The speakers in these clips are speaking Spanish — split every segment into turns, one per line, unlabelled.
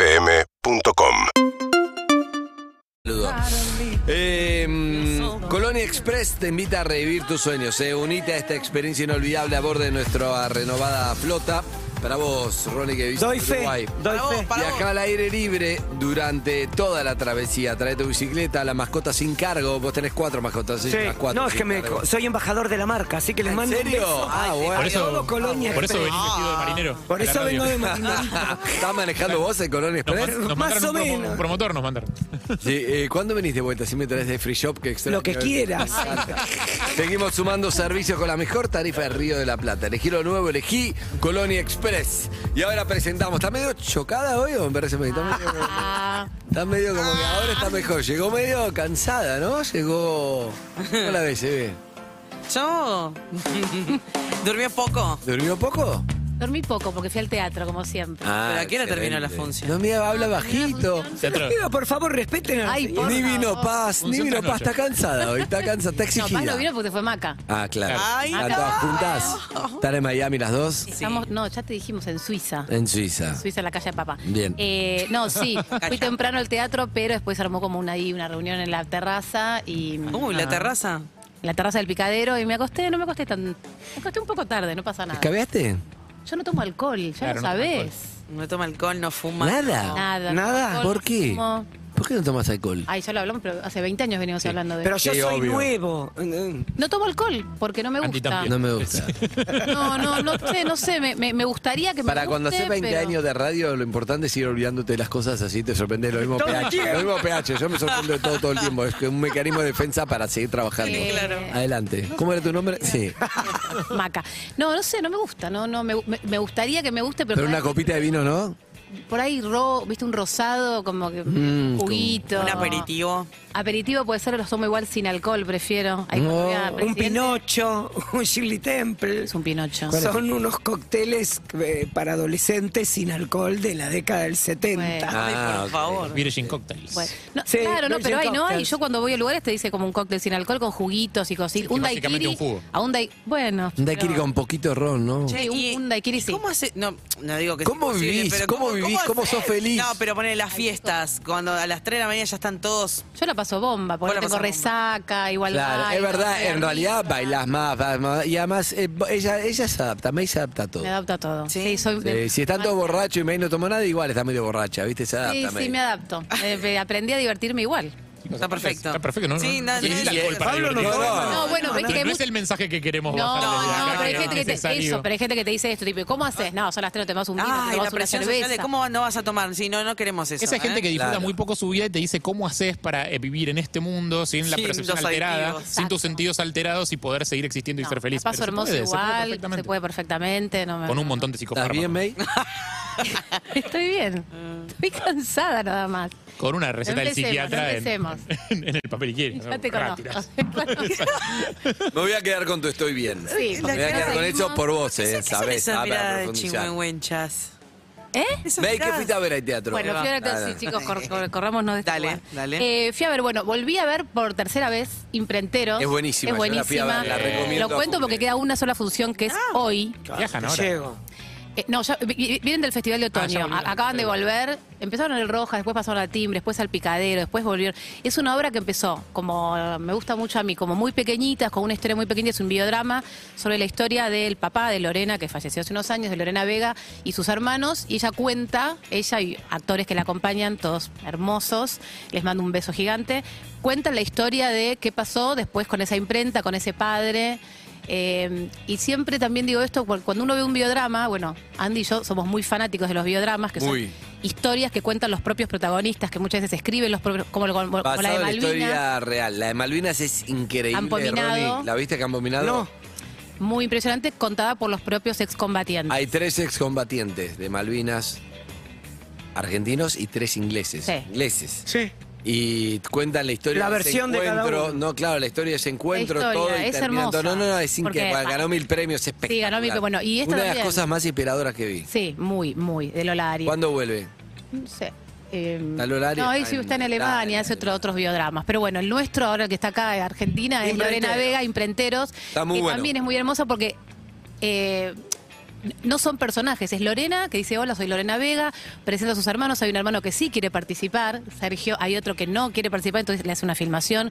UrbanaPlayFM.com
Saludo. Eh, mm, Colonia Express te invita a revivir tus sueños. eh. Unite a esta experiencia inolvidable a bordo de nuestra renovada flota. Para vos, Ronnie, que viste
Doy fe,
Uruguay.
doy
Para vos,
fe.
para
Viajá al aire libre durante toda la travesía. Trae tu bicicleta, la mascota sin cargo. Vos tenés cuatro mascotas, sí,
Sí.
las cuatro
No, es
sin
que me,
cargo.
soy embajador de la marca, así que les
¿En
mando un
serio?
beso.
Ah,
Ay,
bueno.
a
Por eso,
todo Colonia
por eso
Express.
venís vestido de marinero.
Por
a la
eso
radio.
vengo de marinero.
¿Estás manejando vos el Colonia
Nos,
Express?
man- nos
Más
mandaron
o
un, promo-
menos.
un promotor, nos mandaron.
Sí, eh, ¿Cuándo venís de vuelta? Si me traes de Free Shop que extraño.
Lo que quieras.
Me encanta. Seguimos sumando servicios con la mejor tarifa de Río de la Plata. Elegí lo nuevo, elegí Colonia Express. Y ahora presentamos. ¿Está medio chocada hoy o me parece medio? Está medio, está medio como que ahora está mejor. Llegó medio cansada, ¿no? Llegó. ¿Cómo la ves, ve?
Yo durmió poco.
¿Durmió poco? Ah,
Dormí poco porque fui al teatro, como siempre.
¿Pero a qué hora terminó la función?
No, mira, habla bajito.
Teatro.
Pido, por favor, respeten a
Ay, por
Ni vino
favor.
paz, ni
Función
vino
tras
paz.
noche.
Está cansada hoy, está cansada, está Ah,
No,
exigida.
Paz no vino porque fue Maca.
Ah, claro.
Ay,
Están
no.
todas juntas. Están en Miami las dos.
Estamos, no, ya te dijimos, en Suiza.
En Suiza.
Suiza, en la calle de Papá.
Eh. Bien.
Eh, no, sí, fui temprano al teatro, pero después armó como una, ahí una reunión en la terraza y...
Uy, la
ah,
terraza.
en la terraza del picadero y me acosté, no me acosté tan... Me acosté un poco tarde, no pasa nada.
¿Escabeaste?
Yo no tomo alcohol, ya
Claro, no
lo
tomo
sabés.
No toma alcohol, no fuma.
Nada.
Nada. no
Nada.
tomo alcohol,
¿Por qué?
fumo.
¿Por qué no tomas alcohol?
Ay, ya lo hablamos, pero hace 20 años venimos hablando de...
Pero yo
Sí,
soy
obvio.
nuevo. Mm,
no tomo alcohol porque no me gusta.
Antitampión.
No me gusta.
No, no, no sé, no sé, me, me- me gustaría que me
Para cuando
guste,
haces 20
pero-
años de radio, lo importante es ir olvidándote de las cosas así, te sorprendes lo mismo
Todo el
pH.
tiempo.
Lo mismo pH, yo me sorprendo de todo todo el tiempo. Es que un mecanismo de defensa para seguir trabajando.
Sí, claro.
Adelante. ¿Cómo era tu nombre? Sí.
Maca. No, no sé, no me gusta, no, no, me, me- me gustaría que me guste, pero,
Pero una
por, ahí,
copita de vino, ¿no?
por ahí ro, viste, un rosado, como que
Mm,
juguito.
Un aperitivo.
Aperitivo puede ser, los tomo igual sin alcohol, prefiero. Ahí
No,
cuando voy a
Un
Ah, presidente,
pinocho, un Shirley Temple.
Es un pinocho.
Son unos cócteles eh, para adolescentes sin alcohol de la década del 70.
Bueno.
Ay,
Ah,
por
ok.
favor.
Virgin Cocktails.
Bueno, no,
Sí,
claro, no,
Virgin
pero hay, no hay.
Cocktails.
Yo cuando voy a lugares te dice como un cóctel sin alcohol con juguitos y cositas.
que
un
básicamente
daiquiri.
un jugo.
A un dai, bueno.
Un daiquiri con poquito ron, ¿no?
Sí, un-
Y-
un daiquiri, sí.
¿Cómo hace? No, no digo que sea
¿Cómo
imposible,
vivís?
pero
¿Cómo vivís? ¿Cómo sos
haces?
feliz?
No, pero ponele las fiestas. Cuando a las 3 de la mañana ya están todos.
Yo la paso bomba, porque
Vos la
tengo
pasás bomba.
resaca, igual
Claro, es
bailo,
verdad,
soy
en realidad
artista.
bailás más, vas más. y además eh, bo- ella, ella se adapta, May se adapta a todo.
Me adapto a todo.
Sí.
Sí, soy,
Eh, si está todo borracho y May no tomó nada, igual está medio borracha, ¿viste? Se adapta.
Sí,
May.
sí, me adapto. Eh, me- aprendí a divertirme igual.
Está perfecto.
Está perfecto, ¿no?
Sí,
no,
nada,
no necesita
nada.
alcohol para
Pablo no
divertirse.
toma.
no,
No, bueno, ves
no,
que
Pero
hay
no
mu-
es el mensaje que queremos
No,
bajar desde
no,
acá,
pero hay
es
gente que te,
necesario.
eso, pero hay gente que te dice esto, tipo, ¿y ¿cómo haces? No, son las 3, te tomas un vino, te
Ay, la
tomas una
presión social
cerveza.
de cómo no vas a tomar. Sí, no, no queremos eso.
Esa gente
¿eh?
que disfruta
Claro.
muy poco su vida y te dice cómo haces para eh, vivir en este mundo sin la
Sin
percepción
los
alterada,
aditivos.
sin
Exacto.
tus sentidos alterados y poder seguir existiendo y
No,
ser feliz.
la
Pero
paso
se
hermoso
puede, se puede
igual, se
perfectamente.
puede perfectamente. No me,
Con un montón de
¿Estás
psicofármacos.
bien, May?
Estoy bien. Estoy cansada nada más.
Con una receta del
empecemos, no
psiquiatra en-
empecemos.
en, en el papel higiénico.
Ya te
Rátiras.
conozco.
Me voy a quedar con tu estoy bien.
Sí,
me voy a quedar con eso por vos,
¿Qué
¿eh?
son
Sabés,
esas
ah, para
miradas de
profundizar.
chingüengüenchas?
¿Eh?
Esas
May, ¿qué
miradas-
fuiste a ver al teatro?
Bueno, fui a ver,
Ah,
sí, chicos, cor- cor- corrámonos de este
Dale,
lugar.
dale.
Eh, fui a ver, bueno, volví a ver por tercera vez Imprenteros.
Es buenísima,
Es
yo la fui a ver,
buenísima.
la recomiendo
Lo
a
cuento
full.
porque queda una sola función que es hoy.
Ah,
Viajan ahora.
Llego.
Eh, no, ya vi- vi- vienen del Festival
ya
de Otoño.
volvieron.
A- Acaban de volver. Empezaron en el Roja, después pasaron a Timbre, después al Picadero, después volvieron. Es una obra que empezó, como eh, me gusta mucho a mí, como muy pequeñita, con una historia muy pequeña. Es un biodrama sobre la historia del papá de Lorena, que falleció hace unos años, de Lorena Vega y sus hermanos. Y ella cuenta, ella y actores que la acompañan, todos hermosos. Les mando un beso gigante. Cuentan la historia de qué pasó después con esa imprenta, con ese padre. Eh, y siempre también digo esto, porque cuando uno ve un biodrama, bueno, Andy y yo somos muy fanáticos de los biodramas, que
Muy.
son historias que cuentan los propios protagonistas, que muchas veces escriben los propios, como, como- como la
Basado
de
en la
Malvina.
historia real. La de Malvinas es increíble,
Campominado.
Ronnie. ¿La viste que han bominado?
No.
Muy impresionante, contada por los propios excombatientes.
Hay tres excombatientes de Malvinas argentinos y tres ingleses.
Sí.
Ingleses.
Sí.
Y cuentan la historia
La
de
versión
ese
de cada
encuentro.
uno.
No, claro, la historia de ese encuentro,
La historia,
todo y
es
terminan todo.
hermosa.
No, no, no, es
Porque-
increíble. Ganó mil premios, espectacular.
ganó mil- bueno, y esta
Una de las
también.
cosas más inspiradoras que vi.
Sí, muy, muy, de Lola Arias.
¿Cuándo vuelve?
No sé. eh,
¿Está Lola Arias?
no, ahí
Ay,
sí está en
no,
Alemania,
dale.
hace otro- otros biodramas. Pero bueno, el nuestro, ahora el que está acá en Argentina, es Lorena
Imprenteros.
Vega, Imprenteros.
Está muy
que
bueno.
también es muy hermosa porque eh, no son personajes. Es Lorena que dice, hola, soy Lorena Vega, presenta a sus hermanos, hay un hermano que sí quiere participar, Sergio, hay otro que no quiere participar, entonces le hace una filmación.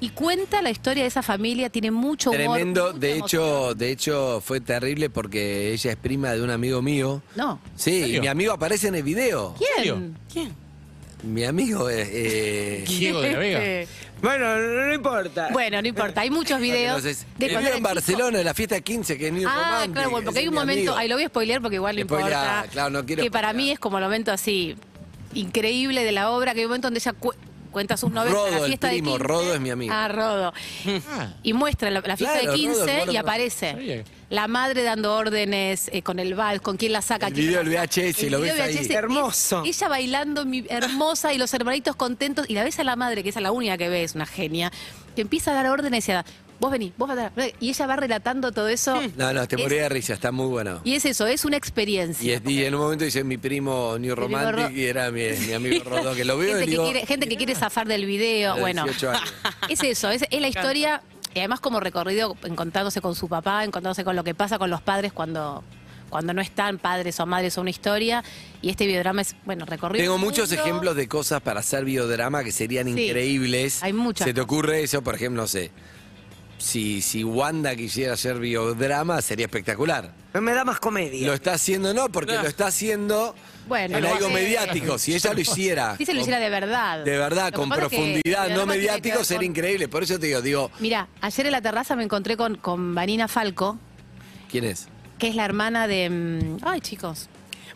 Y cuenta la historia de esa familia, tiene mucho humor.
Tremendo,
mucha
de
emoción.
hecho, de hecho fue terrible porque ella es prima de un amigo mío.
No.
¿En
Sí, y
serio?
mi amigo aparece en el video.
serio?
¿Quién?
¿Quién?
Mi amigo es, eh,
Diego de la Vega.
Eh,
Bueno, no, no importa.
Bueno, no importa, hay muchos videos.
Entonces,
de
el video
cuando era
eh, en
chico.
Barcelona, en la fiesta de 15, que es New
Ah,
Romantic,
claro, bueno, porque
ese
hay un
es mi
momento,
amigo.
ahí lo voy a spoilear porque igual no
Spoileá,
importa.
claro, no quiero
que para
spoilear.
mí es como el momento así increíble de la obra, que hay un momento donde ella cu- cuenta sus novelas
Rodo,
la
el
fiesta
primo,
de 15.
Rodo es mi amigo.
Ah, Rodo.
Ah,
Y muestra la, la fiesta
Claro,
de 15
Rodo, el gordo.
y aparece
Oye.
la madre dando órdenes eh, con el vals, con quién la saca.
El
quién
video
la
del
saca.
VHS, lo
video
ves ahí.
VHS,
Hermoso.
y- Ella bailando, mi- hermosa, y los hermanitos contentos. Y la ves a la madre, que esa es la única que ves, una genia, que empieza a dar órdenes y a vos venís, vos atrás. Y ella va relatando todo eso.
No, no, te
Es-
moría de risa, está muy bueno.
Y es eso, es una experiencia.
Y, es- y en un momento dice mi primo New
primo
Romantic
Ro-
y era mi, mi amigo Rodo, que lo veo
gente,
y digo...
que quiere, gente que quiere zafar del
"Era
video.
de
Bueno,
18 años".
es eso, es, es la historia, y además como recorrido, encontrándose con su papá, encontrándose con lo que pasa con los padres cuando cuando no están padres o madres o una historia. Y este videodrama es, bueno, recorrido.
Tengo
el
muchos
mundo.
ejemplos de cosas para hacer biodrama que serían
Sí,
increíbles.
hay muchas.
¿Se te ocurre eso? Por ejemplo, no sé. Si, si Wanda quisiera hacer biodrama, sería espectacular.
No me da más
Lo
comedia.
está haciendo, no, porque lo está haciendo
Bueno,
en
lo
algo
hace-
mediático. Si ella lo hiciera.
Sí se lo hiciera de verdad.
con- de verdad,
Lo que
con
pasa es que
profundidad,
el
no
drama tiene que
mediático,
ver
sería
con-
increíble. Por eso te digo, digo,
Mira, ayer en la terraza me encontré con, con Vanina Falco,
¿quién es?
que es la hermana de... mm, Ay, chicos.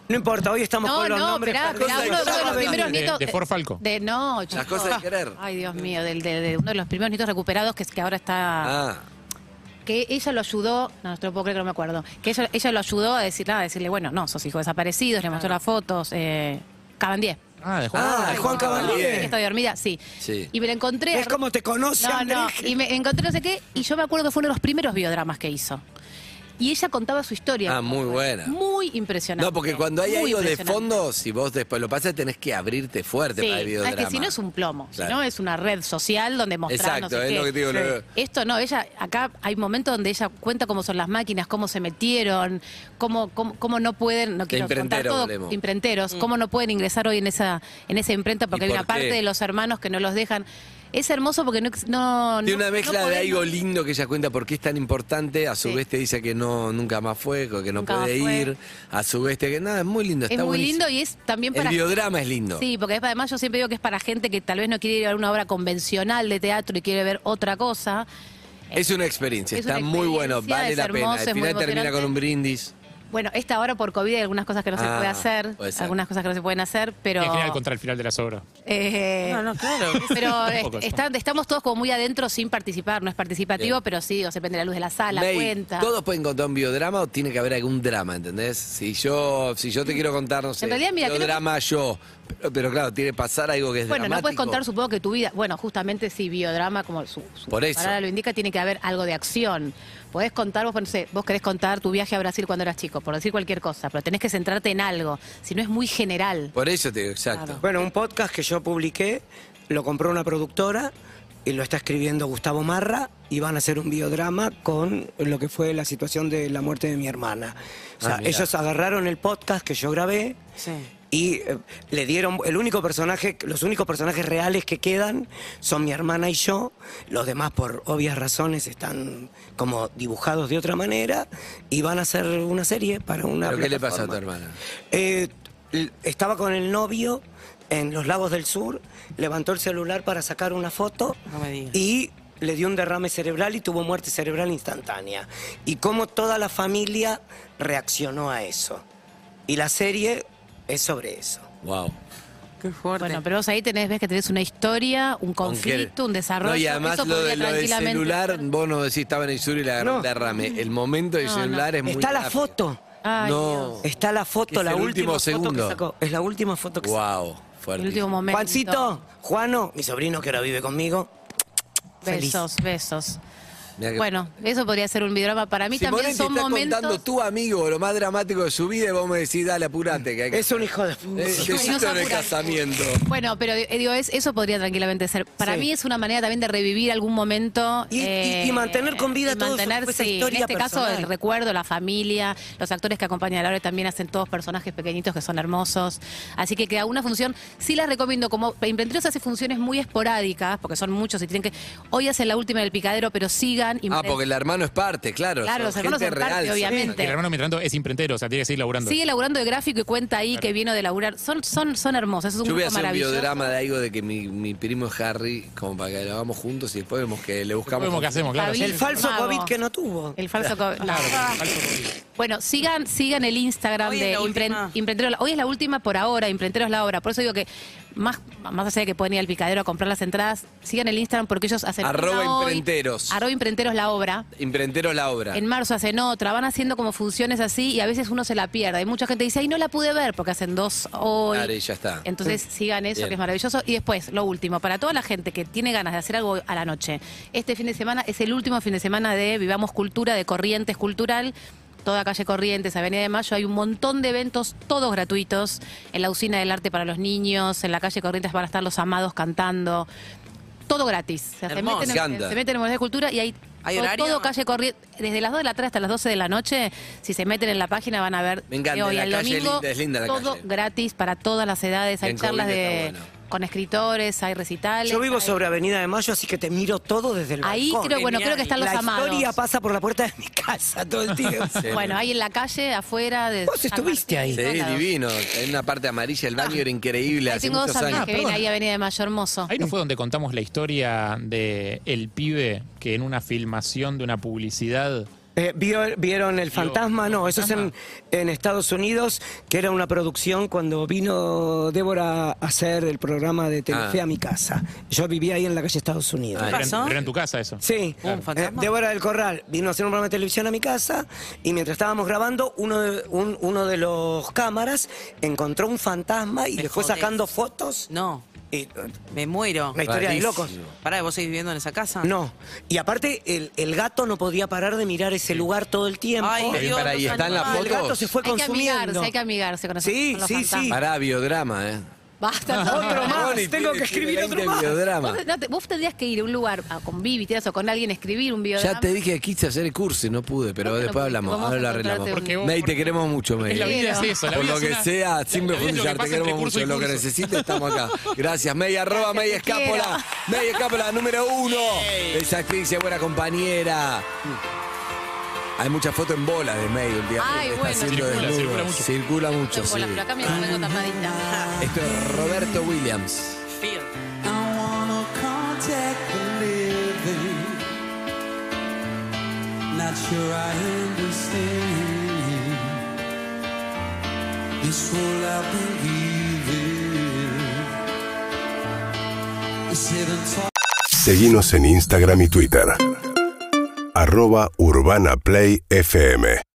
No importa, hoy estamos
No,
con los
no,
nombres.
esperá,
para-
esperá,
Cosas
uno, uno de los
extraordinarias.
primeros
De-
nietos.
de Ford Falco.
De, no, chicos.
cosas de querer.
Ay, Dios mío, del- de, de uno de los primeros nietos recuperados que, es- que ahora está.
Ah,
Que ella lo ayudó, no, no te lo puedo creer que no me acuerdo. Que ella, ella lo ayudó a decir nada, a decirle, bueno, no, sos hijo desaparecidos, le mostró las fotos. Eh, Cabandier.
ah, de Juan.
ah, Juan
Ay, Juan
Cabandier.
Cabandier.
Que está dormida, sí.
Sí.
Y me la encontré.
Es como te conoce,
No, no.
Andrés.
Y me encontré no sé qué. Y yo me acuerdo que fue uno de los primeros biodramas que hizo. Y ella contaba su historia.
Ah, muy buena.
Muy impresionante.
No, porque cuando hay
muy
algo de
impresionante.
fondo, si vos después lo pasas, tenés que abrirte fuerte
Sí,
para el
no,
videodrama.
es que si no es un plomo, si
Claro.
no es una red social donde mostramos.
Exacto, es lo que te digo. lo-
Esto no, ella, acá hay momentos donde ella cuenta cómo son las máquinas, cómo se metieron, cómo, cómo, cómo no pueden, no quiero contar
imprentero
todo,
hablemos.
imprenteros, cómo no pueden ingresar hoy en esa, en esa imprenta porque
¿Y
hay
por
una parte
qué?
de los hermanos que no los dejan. Es hermoso porque no... ex- no
Tiene
no-
una
no
mezcla de
podemos-
algo lindo que ella cuenta porque es tan importante, a su
Sí.
vez te dice que no nunca más fue, que no
Nunca
puede
más fue.
ir, a su vez te que nada, es muy lindo,
Es
está
muy
buenísimo.
lindo y es también
El
para...
biodrama es lindo.
Sí, porque es- además yo siempre digo que es para gente que tal vez no quiere ir a una obra convencional de teatro y quiere ver otra cosa.
Es una experiencia,
Es
está
una
muy bueno,
experiencia,
vale
es
la
hermoso,
pena. Al
es muy
final termina
emocionante.
con un brindis.
Bueno, esta hora por COVID hay algunas cosas que no se
Ah,
puede hacer,
puede ser.
algunas cosas que no se pueden hacer, pero...
En general, contra el final de las obras.
eh,
No, no, claro.
Pero eh,
Tampoco,
están- estamos todos como muy adentro sin participar, no es participativo,
Bien.
pero sí, o se prende la luz de Ah, la sala,
May,
cuenta.
todos pueden contar un biodrama o tiene que haber algún drama, ¿entendés? Si yo, si yo te quiero contar, no sé,
Mm. realidad, mira, creo que-
biodrama yo, pero, pero claro, tiene que pasar algo que es
bueno, no puedes
dramático.
contar supongo que tu vida, bueno, justamente si biodrama como su, su
Por eso.
palabra lo indica, tiene que haber algo de acción. Podés contar, vos, no sé, vos querés contar tu viaje a Brasil cuando eras chico, por decir cualquier cosa, pero tenés que centrarte en algo, si no es muy general.
Por eso te digo, exacto.
Bueno, un podcast que yo publiqué, lo compró una productora y lo está escribiendo Gustavo Marra y van a hacer un biodrama con lo que fue la situación de la muerte de mi hermana. O sea,
Ah, mirá.
ellos agarraron el podcast que yo grabé
Sí.
y eh, le dieron el único personaje, los únicos personajes reales que quedan son mi hermana y yo. Los demás por obvias razones están como dibujados de otra manera y van a hacer una serie para una
¿Pero qué le pasó a
plataforma.
tu hermana?
Eh, l- estaba con el novio en los lagos del sur, levantó el celular para sacar una foto
No me digas.
y le dio un derrame cerebral y tuvo muerte cerebral instantánea. Y cómo toda la familia reaccionó a eso. Y la serie es sobre eso.
Wow.
Qué fuerte.
Bueno, pero vos ahí tenés, ves que tenés una historia, un conflicto, un desarrollo.
No, y además
Eso
lo, de,
podría
lo del
tranquilamente
celular,
ser-
vos no decís estaba en el sur y le agarró
No.
un derrame. El momento del
No, no.
celular es muy
Está la
rápido.
foto.
Ay,
no.
Está la foto,
Es
la
el último
última foto
segundo.
que sacó. Es la última foto que sacó.
Wow, fuerte.
El último momento.
Juancito, Juano, mi sobrino que ahora vive conmigo. feliz.
Besos, besos.
Mirá que-
Bueno, eso podría ser un videorama. Para mí
Simonetti
también son
está contando
momentos.
tu amigo lo más dramático de su vida y vos me decís, dale, apurate. Que hay que...
Es un hijo de puta.
Eh, te
nos
cito en el
apuramos.
casamiento.
Bueno, pero eh, digo, es, eso podría tranquilamente ser. Para
Sí.
mí es una manera también de revivir algún momento. eh,
Y- y- y mantener con vida
y
todo eso,
mantener,
esa
sí,
historia
En este caso,
personal.
el recuerdo, la familia, los actores que acompañan a Laura también hacen todos personajes pequeñitos que son hermosos. Así que queda una función. Sí las recomiendo, como Inventrios hace funciones muy esporádicas, porque son muchos y tienen que. Hoy hacen la última del picadero, pero sigan. eh,
Ah,
Imprent-
porque el hermano es parte, claro.
Claro, los
son
hermanos
gente
son parte,
real, sí.
obviamente.
El hermano, mientras tanto, es imprentero, o sea, tiene que seguir laburando.
Sigue laburando de gráfico y cuenta ahí que vino de laburar. Son, son, son hermosos, es un
Yo voy a
grupo
hacer un
maravilloso.
biodrama de algo de que mi, mi primo es Harry, como para que lo hagamos juntos y después vemos que le buscamos.
Vemos qué hacemos, claro.
Fabi-
sí.
El falso
Mago.
COVID que no tuvo.
El falso co-
Claro,
Ah.
el falso COVID.
Bueno, sigan, sigan el Instagram
Hoy es
de
la
Impren-
última.
Imprenteros. Hoy es la última por ahora, Imprenteros la obra. Por eso digo que más, más allá de que pueden ir al picadero a comprar las entradas, sigan el Instagram porque ellos hacen.
Arroba
una hoy,
Imprenteros.
arroba Imprenteros la obra.
Imprentero la obra.
En marzo hacen otra, van haciendo como funciones así y a veces uno se la pierde. Hay mucha gente que dice, ay, no la pude ver porque hacen dos hoy.
Claro, y ya está.
Entonces sigan eso,
Bien.
que es maravilloso. Y después, lo último, para toda la gente que tiene ganas de hacer algo a la noche, este fin de semana es el último fin de semana de Vivamos Cultura, de Corrientes Cultural. Toda calle Corrientes, Avenida de Mayo, hay un montón de eventos, todos gratuitos. En la usina del arte para los niños, en la calle Corrientes van a estar los amados cantando. Todo gratis. O sea, se,
Hermoso.
meten
Me
en,
encanta.
se meten en Mujeres de Cultura y hay,
¿Hay
to-
horario?
todo calle Corrientes. Desde las 2 de la tarde hasta las 12 de la noche, si se meten en la página van a ver
Me encanta,
de hoy
la
al
calle es
domingo.
linda, es linda la
todo
calle.
gratis para todas las edades. Hay
En
charlas
Covilhã
de,
está bueno.
con escritores, hay recitales.
Yo vivo
hay-
sobre Avenida de Mayo, así que te miro todo desde el
Ahí
balcón.
creo, bueno, creo que están los
la
amados.
historia pasa por la puerta de mi casa todo el tiempo.
Bueno, ahí en la calle, afuera. De
Vos
San
estuviste ahí.
Martín,
Sí,
de todos lados. Ah.
divino. En una parte amarilla, el baño era increíble
Ahí
hace
tengo dos
muchos
amigos
años.
que
Ah,
vienen ahí, Avenida de Mayo Hermoso.
Ahí no fue donde contamos la historia de el pibe que en una filmación de una publicidad.
Eh, ¿vio- ¿Vieron El Fantasma? No, eso es en, en Estados Unidos, que era una producción cuando vino Débora a hacer el programa de Telefe
Ah.
a mi casa. Yo vivía ahí en la calle Estados Unidos.
Ah,
Pero en,
pasó?
pero era en tu casa eso.
Sí,
Claro.
Eh, Débora del Corral vino a hacer un programa de televisión a mi casa y mientras estábamos grabando, uno de, un- uno de los cámaras encontró un fantasma y
Me
le fue
jodés.
sacando fotos.
No,
Y, eh,
me muero.
una historia de
Rarísimo.
locos.
Pará, ¿vos seguís viviendo en esa casa?
No, y aparte el, el gato no podía parar de mirar ese lugar todo el tiempo.
Ay,
Ahí,
Dios,
para ahí,
los
¿está en la
animales.
Ah, el gato
foto?
se fue
hay que amigarse,
consumiendo.
hay que amigarse con esos
Sí,
con los
sí, sí. Ah,
fantasmas.
Pará, biodrama, ¿eh?
Basta.
Otro
no,
más,
Bonnie
tengo
tiene-
que escribir
tiene
otro
20
más.
biodrama.
Vos, no te- vos tendrías que ir a un lugar a- con Vivi, tiras o con alguien, escribir un videograma.
Ya te dije que quise hacer el curso y no pude, pero
No, pero
después hablamos.
vamos a
Ahora lo arreglamos.
encontrarte
Porque vos-
May, te queremos mucho, May.
Es la vida es eso. La
Por
vida
lo
es
que
una-
sea, sin
la vida es lo que
profundizar, te
pasa entre
queremos
curso
mucho.
y
Lo que
curso.
necesites, estamos acá. Gracias, May, arroba May
te
Escápola. May Escápola, número uno. Esa actriz es buena compañera. Hay mucha foto en bola de May un día.
Ay,
Está
bueno.
haciendo
Circula,
desnudo.
circula mucho.
Circula mucho,
Con bola,
sí. Ah.
pero acá me vengo tapadita.
Esto es Roberto Williams.
Fear.
Not sure I understand this whole I've been given. Seven times.
Seguimos en Instagram y Twitter. Arroba Urbana Play FM.